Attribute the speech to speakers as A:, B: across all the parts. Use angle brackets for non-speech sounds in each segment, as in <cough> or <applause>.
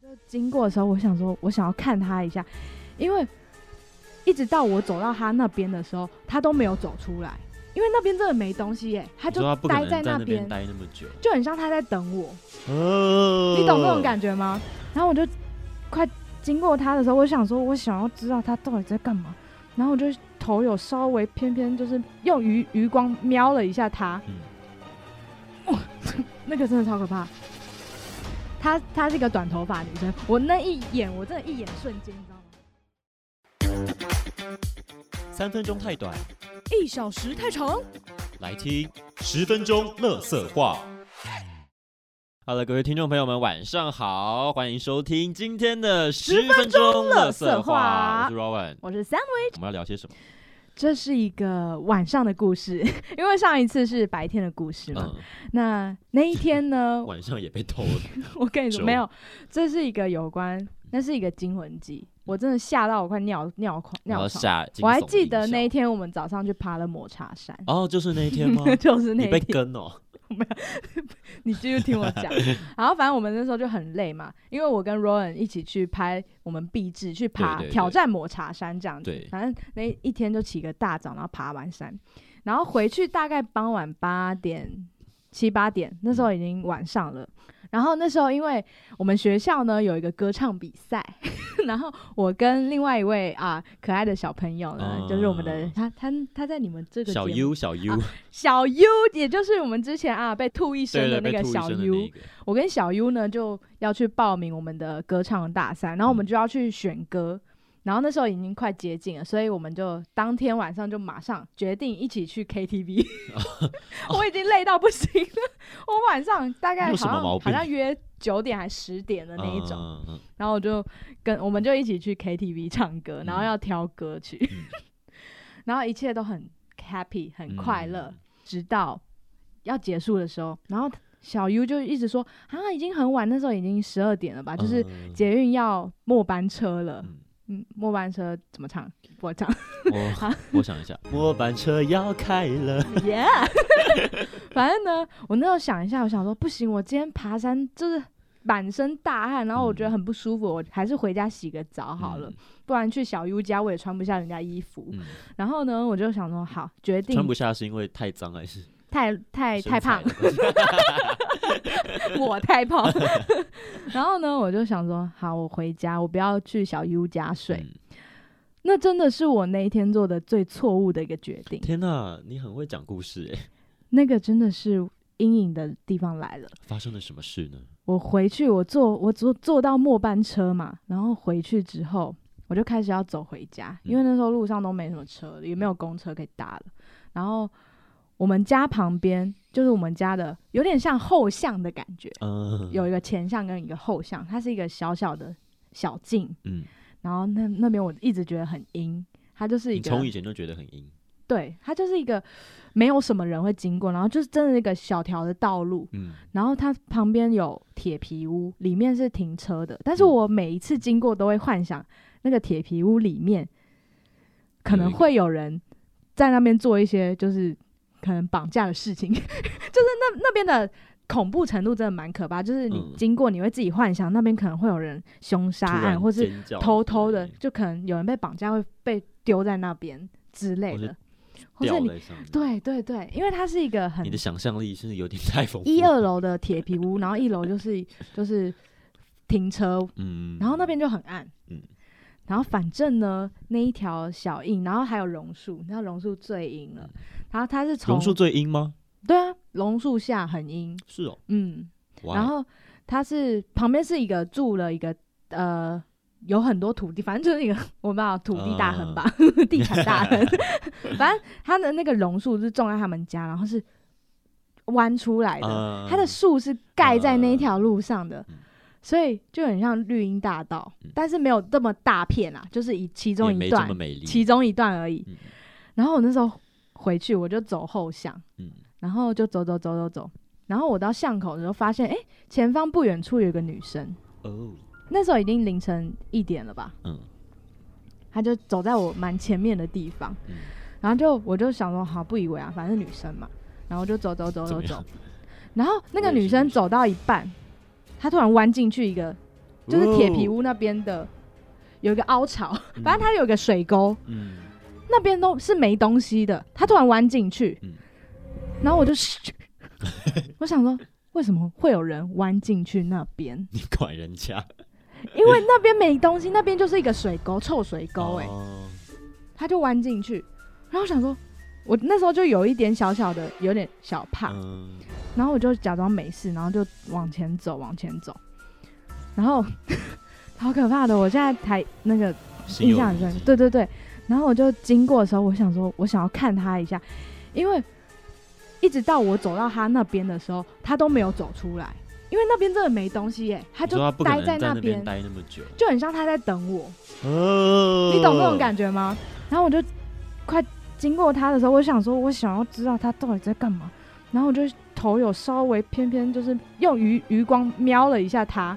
A: 就经过的时候，我想说，我想要看他一下，因为一直到我走到他那边的时候，他都没有走出来，因为那边真的没东西耶、他
B: 你
A: 就
B: 说他不可
A: 待
B: 能
A: 那
B: 那边待那么久，
A: 就很像他在等我，
B: 哦
A: 你懂那种感觉吗？然后我就快经过他的时候，我想说，我想要知道他到底在干嘛，然后我就头有稍微偏偏，就是用余余光瞄了一下他，
B: 嗯
A: 哇， <laughs> 那个真的超可怕。她她是一个短头发女生，我那一眼，我真的一眼瞬间，你知道吗？
B: 三分钟太短，
A: 一小时太长。
B: 来听十分钟乐色话。好了，各位听众朋友们，晚上好，欢迎收听今天的十分钟乐色话。
A: 垃圾话
B: 我是 Rowan，
A: 我是三位，
B: 我们要聊些什么？
A: 这是一个晚上的故事， <laughs> 因为上一次是白天的故事嘛。
B: 嗯，
A: 那那一天
B: <laughs>，
A: 呢
B: 晚上也被偷
A: <laughs>
B: 了，
A: 我跟你说
B: 酒
A: 没有，这是一个有关，那是一个惊魂记，我真的吓到我快尿尿狂
B: 嗯然后
A: 尿床。
B: 下惊悚的音效。
A: 我还记得那一天我们早上去爬了抹茶山，
B: 哦，就是那一天吗？
A: <laughs> 就是那
B: 你
A: 一
B: 被
A: 天。
B: 跟哦，
A: 你继续听我
B: <laughs>
A: 讲。然后反正我们那时候就很累嘛，因为我跟 Rowan 一起去拍我们壁纸，去爬
B: 对对对
A: 挑战抹茶山这样子。
B: 对
A: 反正那一天就起个大早，然后爬完山，然后回去大概傍晚八点七八点，那时候已经晚上了。然后那时候，因为我们学校呢有一个歌唱比赛， <laughs> 然后我跟另外一位啊可爱的小朋友呢，
B: 嗯
A: 就是我们的他他他在你们这个
B: 小
A: 节目啊
B: U 小 U，、
A: 小 U，也就是我们之前啊被吐一身
B: 对
A: 的那
B: 对，被
A: 个
B: 吐一
A: 小
B: 身的
A: U。
B: 那一个，
A: 我跟小 U 呢就要去报名我们的歌唱大赛，然后我
B: 嗯
A: 们就要去选歌，然后那时候已经快接近了，所以我们就当天晚上就马上决定一起去
B: <laughs>
A: KTV。我已经累到不行了，我晚上大概好
B: 你有什么
A: 像
B: 毛
A: 好
B: 病
A: 像约九点还十点的那一种，
B: 嗯，嗯嗯
A: 然后我就跟我们就一起去 KTV 唱歌，然后要挑歌曲，
B: 嗯
A: <laughs> 然后一切都很 happy 很
B: 嗯
A: 快乐，直到要结束的时候，然后小 U 就一直说啊，已经很晚，那时候已经十二点了吧，啊就是
B: 嗯
A: 捷运要末班车了，
B: 嗯
A: 嗯，末班车怎么唱？我唱啊 <laughs>
B: 我我想一下，末班车要开了，
A: ，yeah，反 <laughs> 正呢，我那时候想一下，我想说不行，我今天爬山就是。满身大汗，然后我觉得很不舒服，我还是回家洗个澡好了。不然去小 U 家我也穿不下人家衣服。
B: 嗯，
A: 然后呢，我就想说，好，决
B: 嗯，穿
A: 定
B: 不下是因为太脏还是
A: 太 <laughs> 太
B: 身
A: 太
B: 材 <laughs>
A: 胖，<laughs>
B: 的关系
A: 我太
B: <laughs>
A: 胖。然后呢，我就想说，好，我回家，我不要去小 U 家睡。
B: 嗯
A: 那真的是我那一天做的最错误的一个决定，
B: 天呐，你很会讲故事哎！
A: 那个真的是阴影的地方来了。
B: 发生了什么事呢？
A: 我回去，我坐我坐坐到末班车嘛，然后回去之后，我就开始要走回家，
B: 嗯
A: 因为那时候路上都没什么车，也没有公车可以搭了。然后我们家旁边就是我们家的，有点像后巷的感觉，
B: 嗯，
A: 有一个前巷跟一个后巷，它是一个小小的小径。
B: 嗯，
A: 然后那那边我一直觉得很阴，它就是一
B: 你
A: 个
B: 从以前就觉得很阴，
A: 对，它就是一个没有什么人会经过，然后就是真的一个小条的道路。
B: 嗯，
A: 然后它旁边有铁皮屋，里面是停车的。但是
B: 嗯
A: 我每一次经过都会幻想，那个铁皮屋里面可
B: 有
A: 能
B: 一个
A: 会有人在那边做一些就是可能绑架的事情， <laughs> 就是那那边的恐怖程度真的蛮可怕。就是你
B: 嗯
A: 经过，你会自己幻想那边可能会有人凶杀
B: 突
A: 案，
B: 然
A: 或是
B: 尖叫
A: 偷偷的
B: 之，
A: 就可能有人被绑架会被丢在那边之类
B: 或哦是
A: 的，或
B: 类
A: 是
B: 的掉
A: 你。
B: 在上面，
A: 对对对，因为它是一个很
B: 你的想象力是有点太丰富。
A: 一，二楼的铁皮屋，然后一楼就是就是停车，
B: 嗯，
A: 然后那边就很暗，
B: 嗯
A: 然后反正呢那一条小印，然后还有榕树，你知道榕树最阴了，然后它是从
B: 嗯榕树最阴吗？
A: 对啊，榕树下很阴，
B: 是哦，
A: 嗯，
B: 哇
A: 然后它是旁边是一个住了一个呃。有很多土地，反正就是一个我不知道土地
B: 嗯
A: 大亨吧， <laughs> 地产大
B: <laughs>
A: 亨。反正他的那个榕树是种在他们家，然后是弯出来的，
B: 嗯
A: 它的树是盖在那一条路上的，
B: 嗯
A: 所以就很像绿荫大道，
B: 嗯
A: 但是没有这么大片啦，就是以其中
B: 也
A: 一
B: 没这么
A: 段，
B: 美丽，
A: 其中一段而已。
B: 嗯
A: 然后我那时候回去，我就走后巷，
B: 嗯
A: 然后就走走走走走，然后我到巷口的时候发现，哎、前方不远处有一个女生，
B: 哦，
A: 那时候已经凌晨一点了吧，
B: 嗯
A: 她就走在我蛮前面的地方，
B: 嗯，
A: 然后就我就想说，好不以为啊，反正女生嘛，然后就走走走
B: 怎
A: 走
B: 么
A: 走
B: 样，？
A: 然后那个
B: 我也是
A: 女生
B: 女生
A: 走到一半，她突然弯进去一个就是铁
B: 哦
A: 皮屋那边的有一个凹槽，
B: 嗯
A: 反正它有一个水沟，
B: 嗯，
A: 那边都是没东西的，它突然弯进去，
B: 嗯
A: 然后我就，我想说为什么会有人弯进去那边？
B: 你管人家
A: 因为那边没东西，那边就是一个水沟，臭水沟，哎、
B: 哦
A: 它就弯进去，然后我想说。我那时候就有一点小小的，有点小怕，
B: 嗯，
A: 然后我就假装没事，然后就往前走，往前走，然后 <laughs> 好可怕的，我现在才那个
B: 心
A: 印
B: 有
A: 象很
B: 余
A: 深
B: 悸，
A: 对对对。然后我就经过的时候，我想说，我想要看他一下，因为一直到我走到他那边的时候，他都没有走出来，因为那边真的没东西耶，他
B: 你
A: 就
B: 说他不可
A: 待
B: 能
A: 那
B: 那边待那么久，
A: 就很像他在等我，
B: 哦
A: 你懂那种感觉吗？然后我就快经过他的时候，我想说，我想要知道他到底在干嘛，然后我就头有稍微偏偏，就是用余余光瞄了一下他，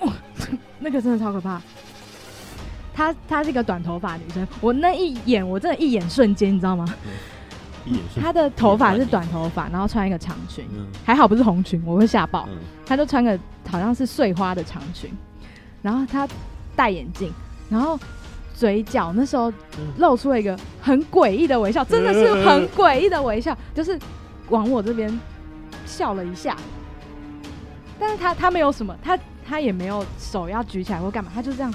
A: 哦
B: 嗯
A: <laughs> 那个真的超可怕。她她是一个短头发女生，我那一眼我真的一眼瞬间，你知道吗？
B: 觉？一眼瞬
A: 她的头发是短头发，然后穿一个长裙，
B: 嗯
A: 还好不是红裙，我会吓爆。
B: 嗯
A: 她就穿个好像是碎花的长裙，然后她戴眼镜，然后嘴角那时候露出了一个很诡异的微笑，真的是很诡异的微笑，就是往我这边笑了一下。但是她她没有什么，她她也没有手要举起来或干嘛，她就这样，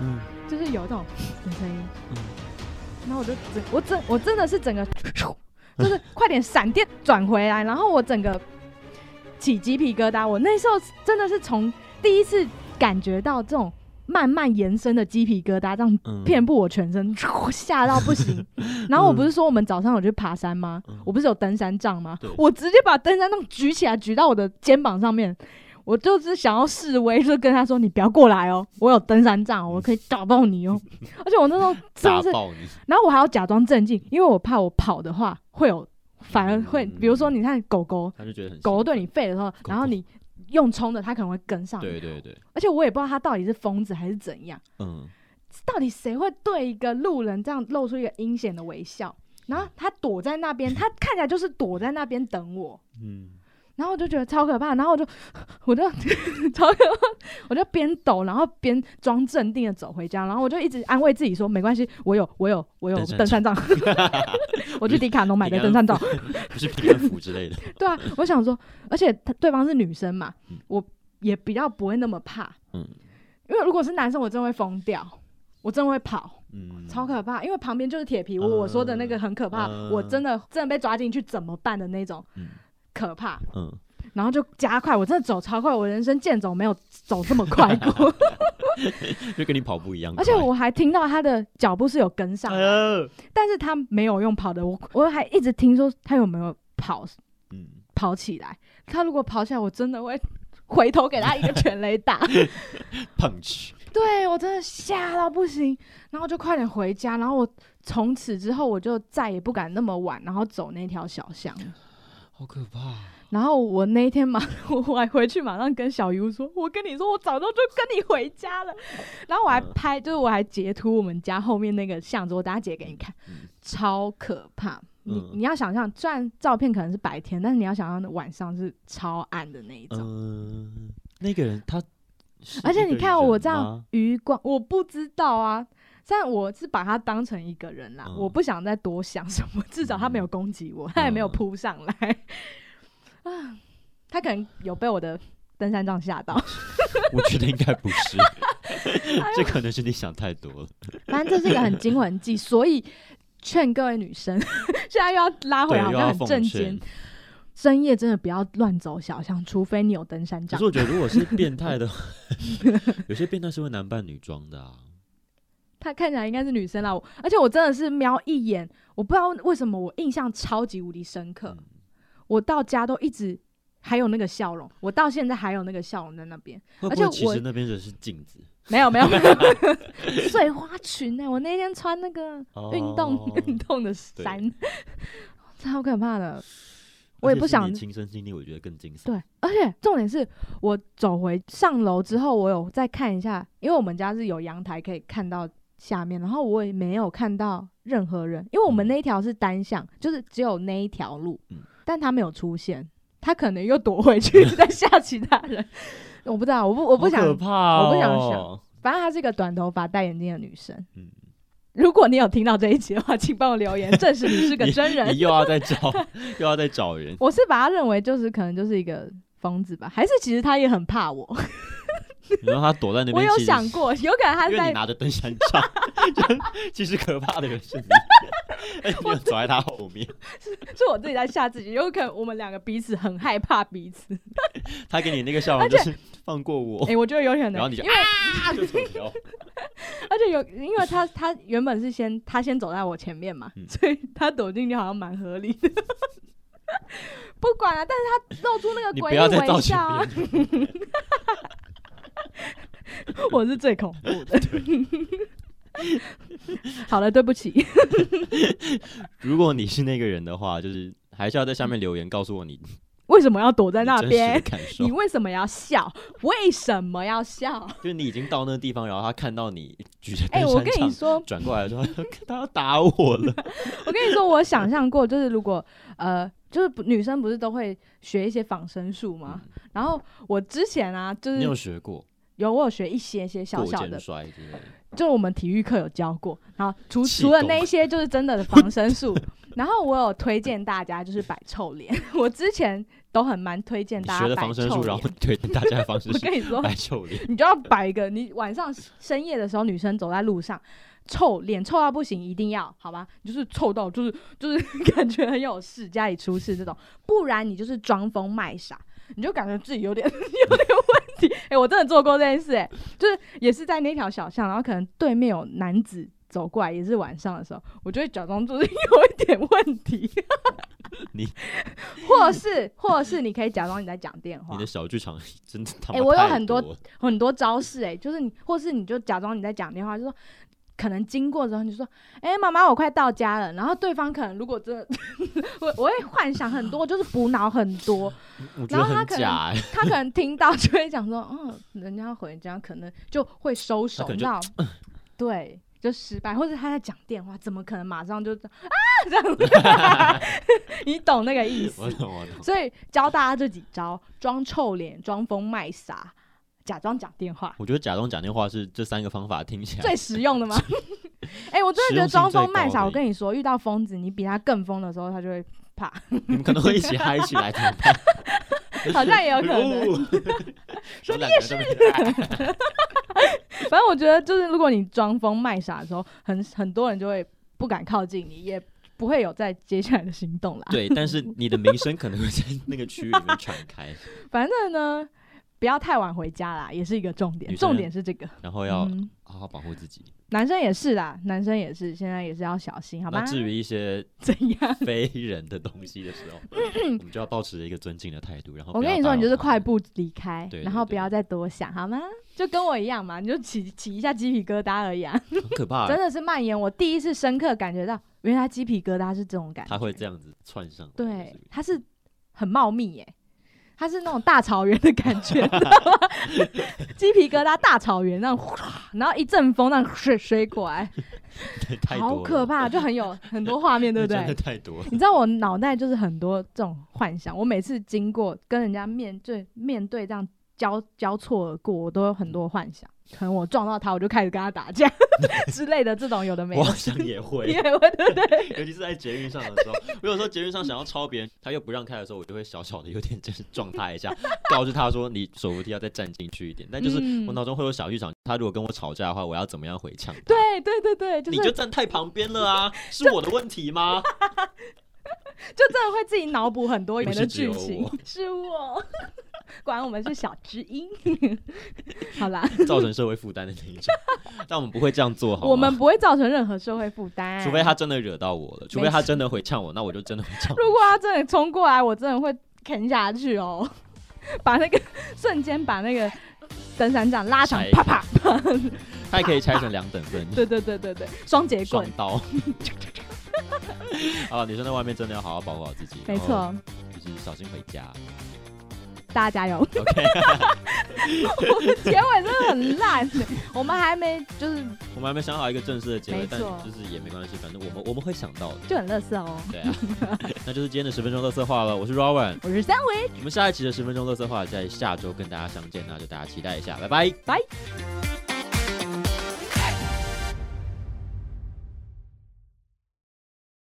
B: 嗯
A: 就是有一种的声音。
B: 嗯
A: 然后我就整我真我真的是整个就是快点闪电转回来，然后我整个起鸡皮疙瘩。我那时候真的是从第一次感觉到这种慢慢延伸的鸡皮疙瘩，这样
B: 嗯，
A: 遍布我全身，吓到不
B: <laughs>
A: 行。然后我不是说我们早上有去爬山吗？
B: 嗯
A: 我不是有登山杖吗
B: 对？
A: 我直接把登山杖举起来，举到我的肩膀上面。我就是想要示威，就跟他说：“你不要过来哦，我有登山杖，我可以打爆你哦。”而且我那时候真
B: 砸
A: 的是
B: 爆你，
A: 然后我还要假装镇静，因为我怕我跑的话会有，反而会，
B: 嗯
A: 比如说你看狗狗，
B: 他就觉得很
A: 狗
B: 兴
A: 对
B: 奋
A: 你吠的时候，
B: 嗯狗
A: 然后你用冲的，它可能会跟上。
B: 对对对，
A: 而且我也不知道它到底是疯子还是怎样，
B: 嗯，
A: 到底谁会对一个路人这样露出一个阴险的微笑？然后它躲在那边，它看起来就是躲在那边等我。
B: 嗯，
A: 然后我就觉得超可怕，然后我就 <laughs> 我就超可怕，我就边抖，然后边装镇定的走回家，然后我就一直安慰自己说没关系，我有我有我有
B: 登山
A: 登山杖， <laughs> 我去迪卡侬买的登山杖，
B: 不是平安符之 <laughs> 类的，
A: 对啊，我想说，而且他对方是女生嘛
B: 嗯，
A: 我也比较不会那么怕，
B: 嗯
A: 因为如果是男生，我真的会疯掉，我真的会跑，
B: 嗯，
A: 超可怕，因为旁边就是铁皮屋，
B: 嗯
A: 我说的那个很可怕，
B: 嗯
A: 我真的真的被抓进去怎么办的那种
B: 嗯
A: 可怕，
B: 嗯，
A: 然后就加快，我真的走超快，我人生健走没有走这么快过，
B: 就跟你跑步一样快，
A: 而且我还听到他的脚步是有跟上
B: 哎
A: 来的，
B: 呦，
A: 但是他没有用跑的，我我还一直听说他有没有跑
B: 嗯，
A: 跑起来，他如果跑起来，我真的会回头给他一个全雷打，
B: 碰去，
A: 对我真的吓到不行，然后就快点回家，然后我从此之后我就再也不敢那么晚，然后走那条小巷了。
B: 好可怕，
A: 然后我那一天马，我还回去马上 <laughs> 跟小优说，我跟你说，我早上就跟你回家了。然后我还
B: 嗯
A: 拍，就是我还截图我们家后面那个巷子，我等下截给你看，
B: 嗯
A: 超可怕。你
B: 嗯
A: 你要想象，虽然照片可能是白天，但是你要想象晚上是超暗的那一种。
B: 嗯，那个人他是一个人吗，
A: 而且你看我这样余光，我不知道啊。但我是把他当成一个人啦，
B: 嗯嗯
A: 我不想再多想什么，至少他没有攻击我，他也没有扑上来。 <laughs> 啊，他可能有被我的登山杖吓到，
B: 我觉得应该不
A: <laughs>
B: 是，
A: 哎
B: 这可能是你想太多了。
A: 反正这是一个很惊魂记，所以劝各位女生， <laughs> 现在又要拉回
B: 对，
A: 来，好
B: 又
A: 像啊
B: 要
A: 很
B: 奉
A: 正
B: 劝
A: 经。。深夜真的不要乱走小巷，除非你有登山
B: 可
A: 杖
B: 是。我觉得，如果是变态的话，
A: <laughs>
B: 有些变态是会男扮女装的啊。
A: 她看起来应该是女生啦，我而且我真的是瞄一眼，我不知道为什么我印象超级无敌深刻。
B: 嗯
A: 我到家都一直还有那个笑容，我到现在还有那个笑容在那边。
B: 会
A: 而
B: 不
A: 且
B: 会其
A: 我
B: 实那边的是镜子？
A: 没有没
B: <laughs>
A: 有，没有碎花裙呢、欸我那天穿那个运动、
B: 哦
A: 运动的衫， <laughs> 超可怕的。我
B: 而
A: 也
B: 且
A: 不
B: 是
A: 想
B: 你亲身经历，我觉得更惊悚。
A: 对，而且重点是我走回上楼之后，我有再看一下，因为我们家是有阳台可以看到下面，然后我也没有看到任何人，因为我们
B: 嗯
A: 那一条是单向，就是只有那一条路，
B: 嗯 <laughs>
A: 但他没有出现，他可能又躲回去再吓其他人。我不知道，我不我不
B: 好
A: 想，
B: 可怕哦、
A: 我不想想反正她是一个短头发戴眼镜的女生。
B: 嗯
A: 如果你有听到这一集的话，请帮我留言证实你是个真人
B: <laughs> 你。又要再找，又要再找人，
A: 我是把她认为就是可能就是一个疯子吧，还是其实她也很怕我？
B: 你让他躲在那边。
A: 我有
B: 其实
A: 想过，有可能她
B: 因为
A: 在
B: 你拿着登山杖，
A: <laughs>
B: 就其实可怕的人是你，而且你又走在他后面，
A: 是我自己在吓自己，有可能我们两个彼此很害怕彼此。
B: 他给你那个笑容就是放过我
A: 哎、，我觉得有可能，
B: 然后你就
A: 因为
B: 啊就走掉。
A: 而且有，因为他他原本是先他先走在我前面嘛，
B: 嗯
A: 所以他走进去好像蛮合理的。 <laughs> 不管了、但是他露出那个
B: 你
A: 诡
B: 不要
A: 异
B: 再
A: 微
B: 造成
A: 笑啊，
B: 别人，
A: 我是最恐怖
B: <laughs>
A: 的。 <laughs> 好了，对不起，
B: <laughs> 如果你是那个人的话，就是还是要在下面留言告诉我你
A: 为什么要躲在那
B: 你真哦实的
A: 边？ <laughs>
B: 感受 <laughs>
A: 你，为什么要笑？为什么要笑？
B: 就是你已经到那个地方，然后他看到你举着
A: 哎、
B: 登
A: 我
B: 山
A: 跟你
B: 杖。
A: 说，
B: <laughs> 转过来说他要打我了，
A: <laughs> 我跟你说，我想象过，就是如果呃，就是不女生不是都会学一些仿生术吗？然后我之前啊，就
B: <laughs> 嗯你
A: 是
B: 有学过
A: 有我有学一些些小
B: 过
A: 小
B: 肩
A: 的，
B: 摔之类的？
A: 就是我们体育课有教过。然后除
B: 气
A: 除了
B: 功
A: 那一些就是真的防身术， <laughs> 然后我有推荐大家就是摆臭脸。 <laughs> 我之前都很蛮推荐
B: 你
A: 大
B: 学
A: 家
B: 了
A: 摆
B: 防身
A: 臭
B: 术，然
A: 脸
B: 后。对大家的防身
A: 我
B: 术
A: 跟你说，
B: 摆臭脸，
A: 你就要摆一个，你晚上深夜的时候，女生走在路上，臭脸臭到不行，一定要好吧？你就是臭到就是就是 <laughs> 感觉很有事，家里出事这种，不然你就是装疯卖傻，你就感觉自己有点 <laughs> 有点问题。哎、我真的做过这件事、哎，就是也是在那条小巷，然后可能对面有男子。走过来也是晚上的时候，我就会假装就是 <laughs> 有一点问题，
B: <laughs> 你，
A: 或是或是你可以假装你在讲电话，
B: 你的小剧场真的他
A: 哎
B: 妈
A: 我有
B: 太
A: 很多
B: 了
A: 很多招式哎、就是你，或是你就假装你在讲电话，就说可能经过的时候你就说，哎、妈妈，我快到家了。然后对方可能如果真的， <laughs> 我我会幻想很多，就是补脑很多，
B: 我觉
A: 然
B: 得
A: 后他
B: 很
A: 可能
B: 假、欸，
A: 他可能听到就会讲说，嗯，人家回家可能就会收手
B: 他可能就嗯
A: 到，对，就失败，或者他在讲电话，怎么可能马上就啊这
B: <laughs>
A: 样？ <laughs> 你懂那个意思？
B: 我懂我懂。
A: 所以教大家这几招：装臭脸、装疯卖傻、假装讲电话。
B: 我觉得假装讲电话是这三个方法听起来
A: 最实用
B: <laughs>
A: 的吗？哎、我真的觉得
B: 实用
A: 装
B: 性最
A: 疯卖
B: 高
A: 傻。
B: 的
A: 我跟你说，遇到疯子，你比他更疯的时候，他就会怕，
B: 你们可能会一起嗨起来，怎么办？ <laughs>
A: 好像也有可能。 <laughs>
B: 哦说你也是，啊
A: 反正我觉得，就是如果你装疯卖傻的时候，很很多人就会不敢靠近你，也不会有再接下来的行动啦。
B: <laughs> 对，但是你的名声可能会在那个区域里面传开，
A: 反正呢，不要太晚回家啦，也是一个重点。
B: 女生
A: 重点是这个，
B: 然后要
A: 嗯，
B: 好好保护自己。
A: 男生也是啦，男生也是，现在也是要小心，好
B: 那
A: 吗？
B: 至于一些
A: <laughs> 怎样？
B: 非人的东西的时
A: <laughs>
B: 候，我们就要保持一个尊敬的态度。然后
A: 我
B: 哦不要
A: 跟你
B: 打
A: 说，
B: 扰
A: 你就是
B: 他
A: 快
B: 们
A: 步离开，
B: 对
A: 然
B: 对
A: 后
B: 对
A: 不要再多想，好吗？就跟我一样嘛，你就起起一下鸡皮疙瘩而已啊！
B: <laughs> 很可怕
A: 真
B: 欸，
A: 的是蔓延，我第一次深刻感觉到，原来鸡皮疙瘩是这种感觉。
B: 他会这样子窜上来。
A: 对
B: 就是，
A: 它是很茂密耶、它是那种大草原的感觉，知道吗鸡皮疙瘩大草原那种，哗然后一阵风那样吹吹过来，
B: 太多
A: 好
B: 了
A: 可，怕，就很有很多画面，对不
B: <laughs> 真
A: 对？
B: 的太多了。
A: 你知道我脑袋就是很多这种幻想，我每次经过跟人家面对面对这样交交错而过，我都有很多幻想。可能我撞到他，我就开始跟他打架 <laughs> 之类的，这种有的没
B: 我
A: 的
B: 好，像也会
A: 你， <laughs> 也会对不对？
B: 尤其是在捷运上的时候，我有时候捷运上想要超别人，他又不让开的时候，我就会小小的有点就是撞他一下，
A: <laughs>
B: 告知他说你手扶梯要再站进去一点。但就是
A: 嗯
B: 我脑中会有小剧场，他如果跟我吵架的话，我要怎么样回呛他？
A: 对对对对，就是
B: 你就站太旁边了啊，是我的问题吗？
A: 就真的会自己脑补很多
B: 不
A: 元
B: 是
A: 的
B: 只有
A: 剧情
B: 我。
A: 是我， <laughs> 果然我们是小知音。 <laughs> 好啦， <laughs>
B: 造成社会负担的那一种， <laughs> 但我们不会这样做，好吗？
A: 我们不会造成任何社会负担，
B: 除非他真的惹到我了，除非他真的回呛我，那我就真的会呛。
A: 如果他真的冲过来，我真的会啃下去哦， <laughs> 把那个瞬间把那个登山杖拉长
B: 拆，
A: 啪啪，
B: 他也可以拆成两等份， <laughs>
A: 对对对对对，双节
B: 双
A: 棍，
B: <laughs> 刀。啊，女生在外面真的要好好保护好自己，
A: 没错，，
B: 就是小心回家。
A: 大家加油！
B: OK，
A: <laughs> 结尾真的很很烂 <laughs> 欸、我们还没就是
B: <laughs> 我们还没想好一个正式的结尾
A: 没，
B: 但
A: 错
B: 就是也没关系，反正我们我们会想到的。
A: 就很乐色哦。
B: 对啊，
A: <laughs>
B: 那就是今天的十分钟乐色话了。我是 Rowan，
A: 我是三维。
B: 我们下一期的十分钟乐色话在下周跟大家相见，那就大家期待一下，拜拜。
A: 拜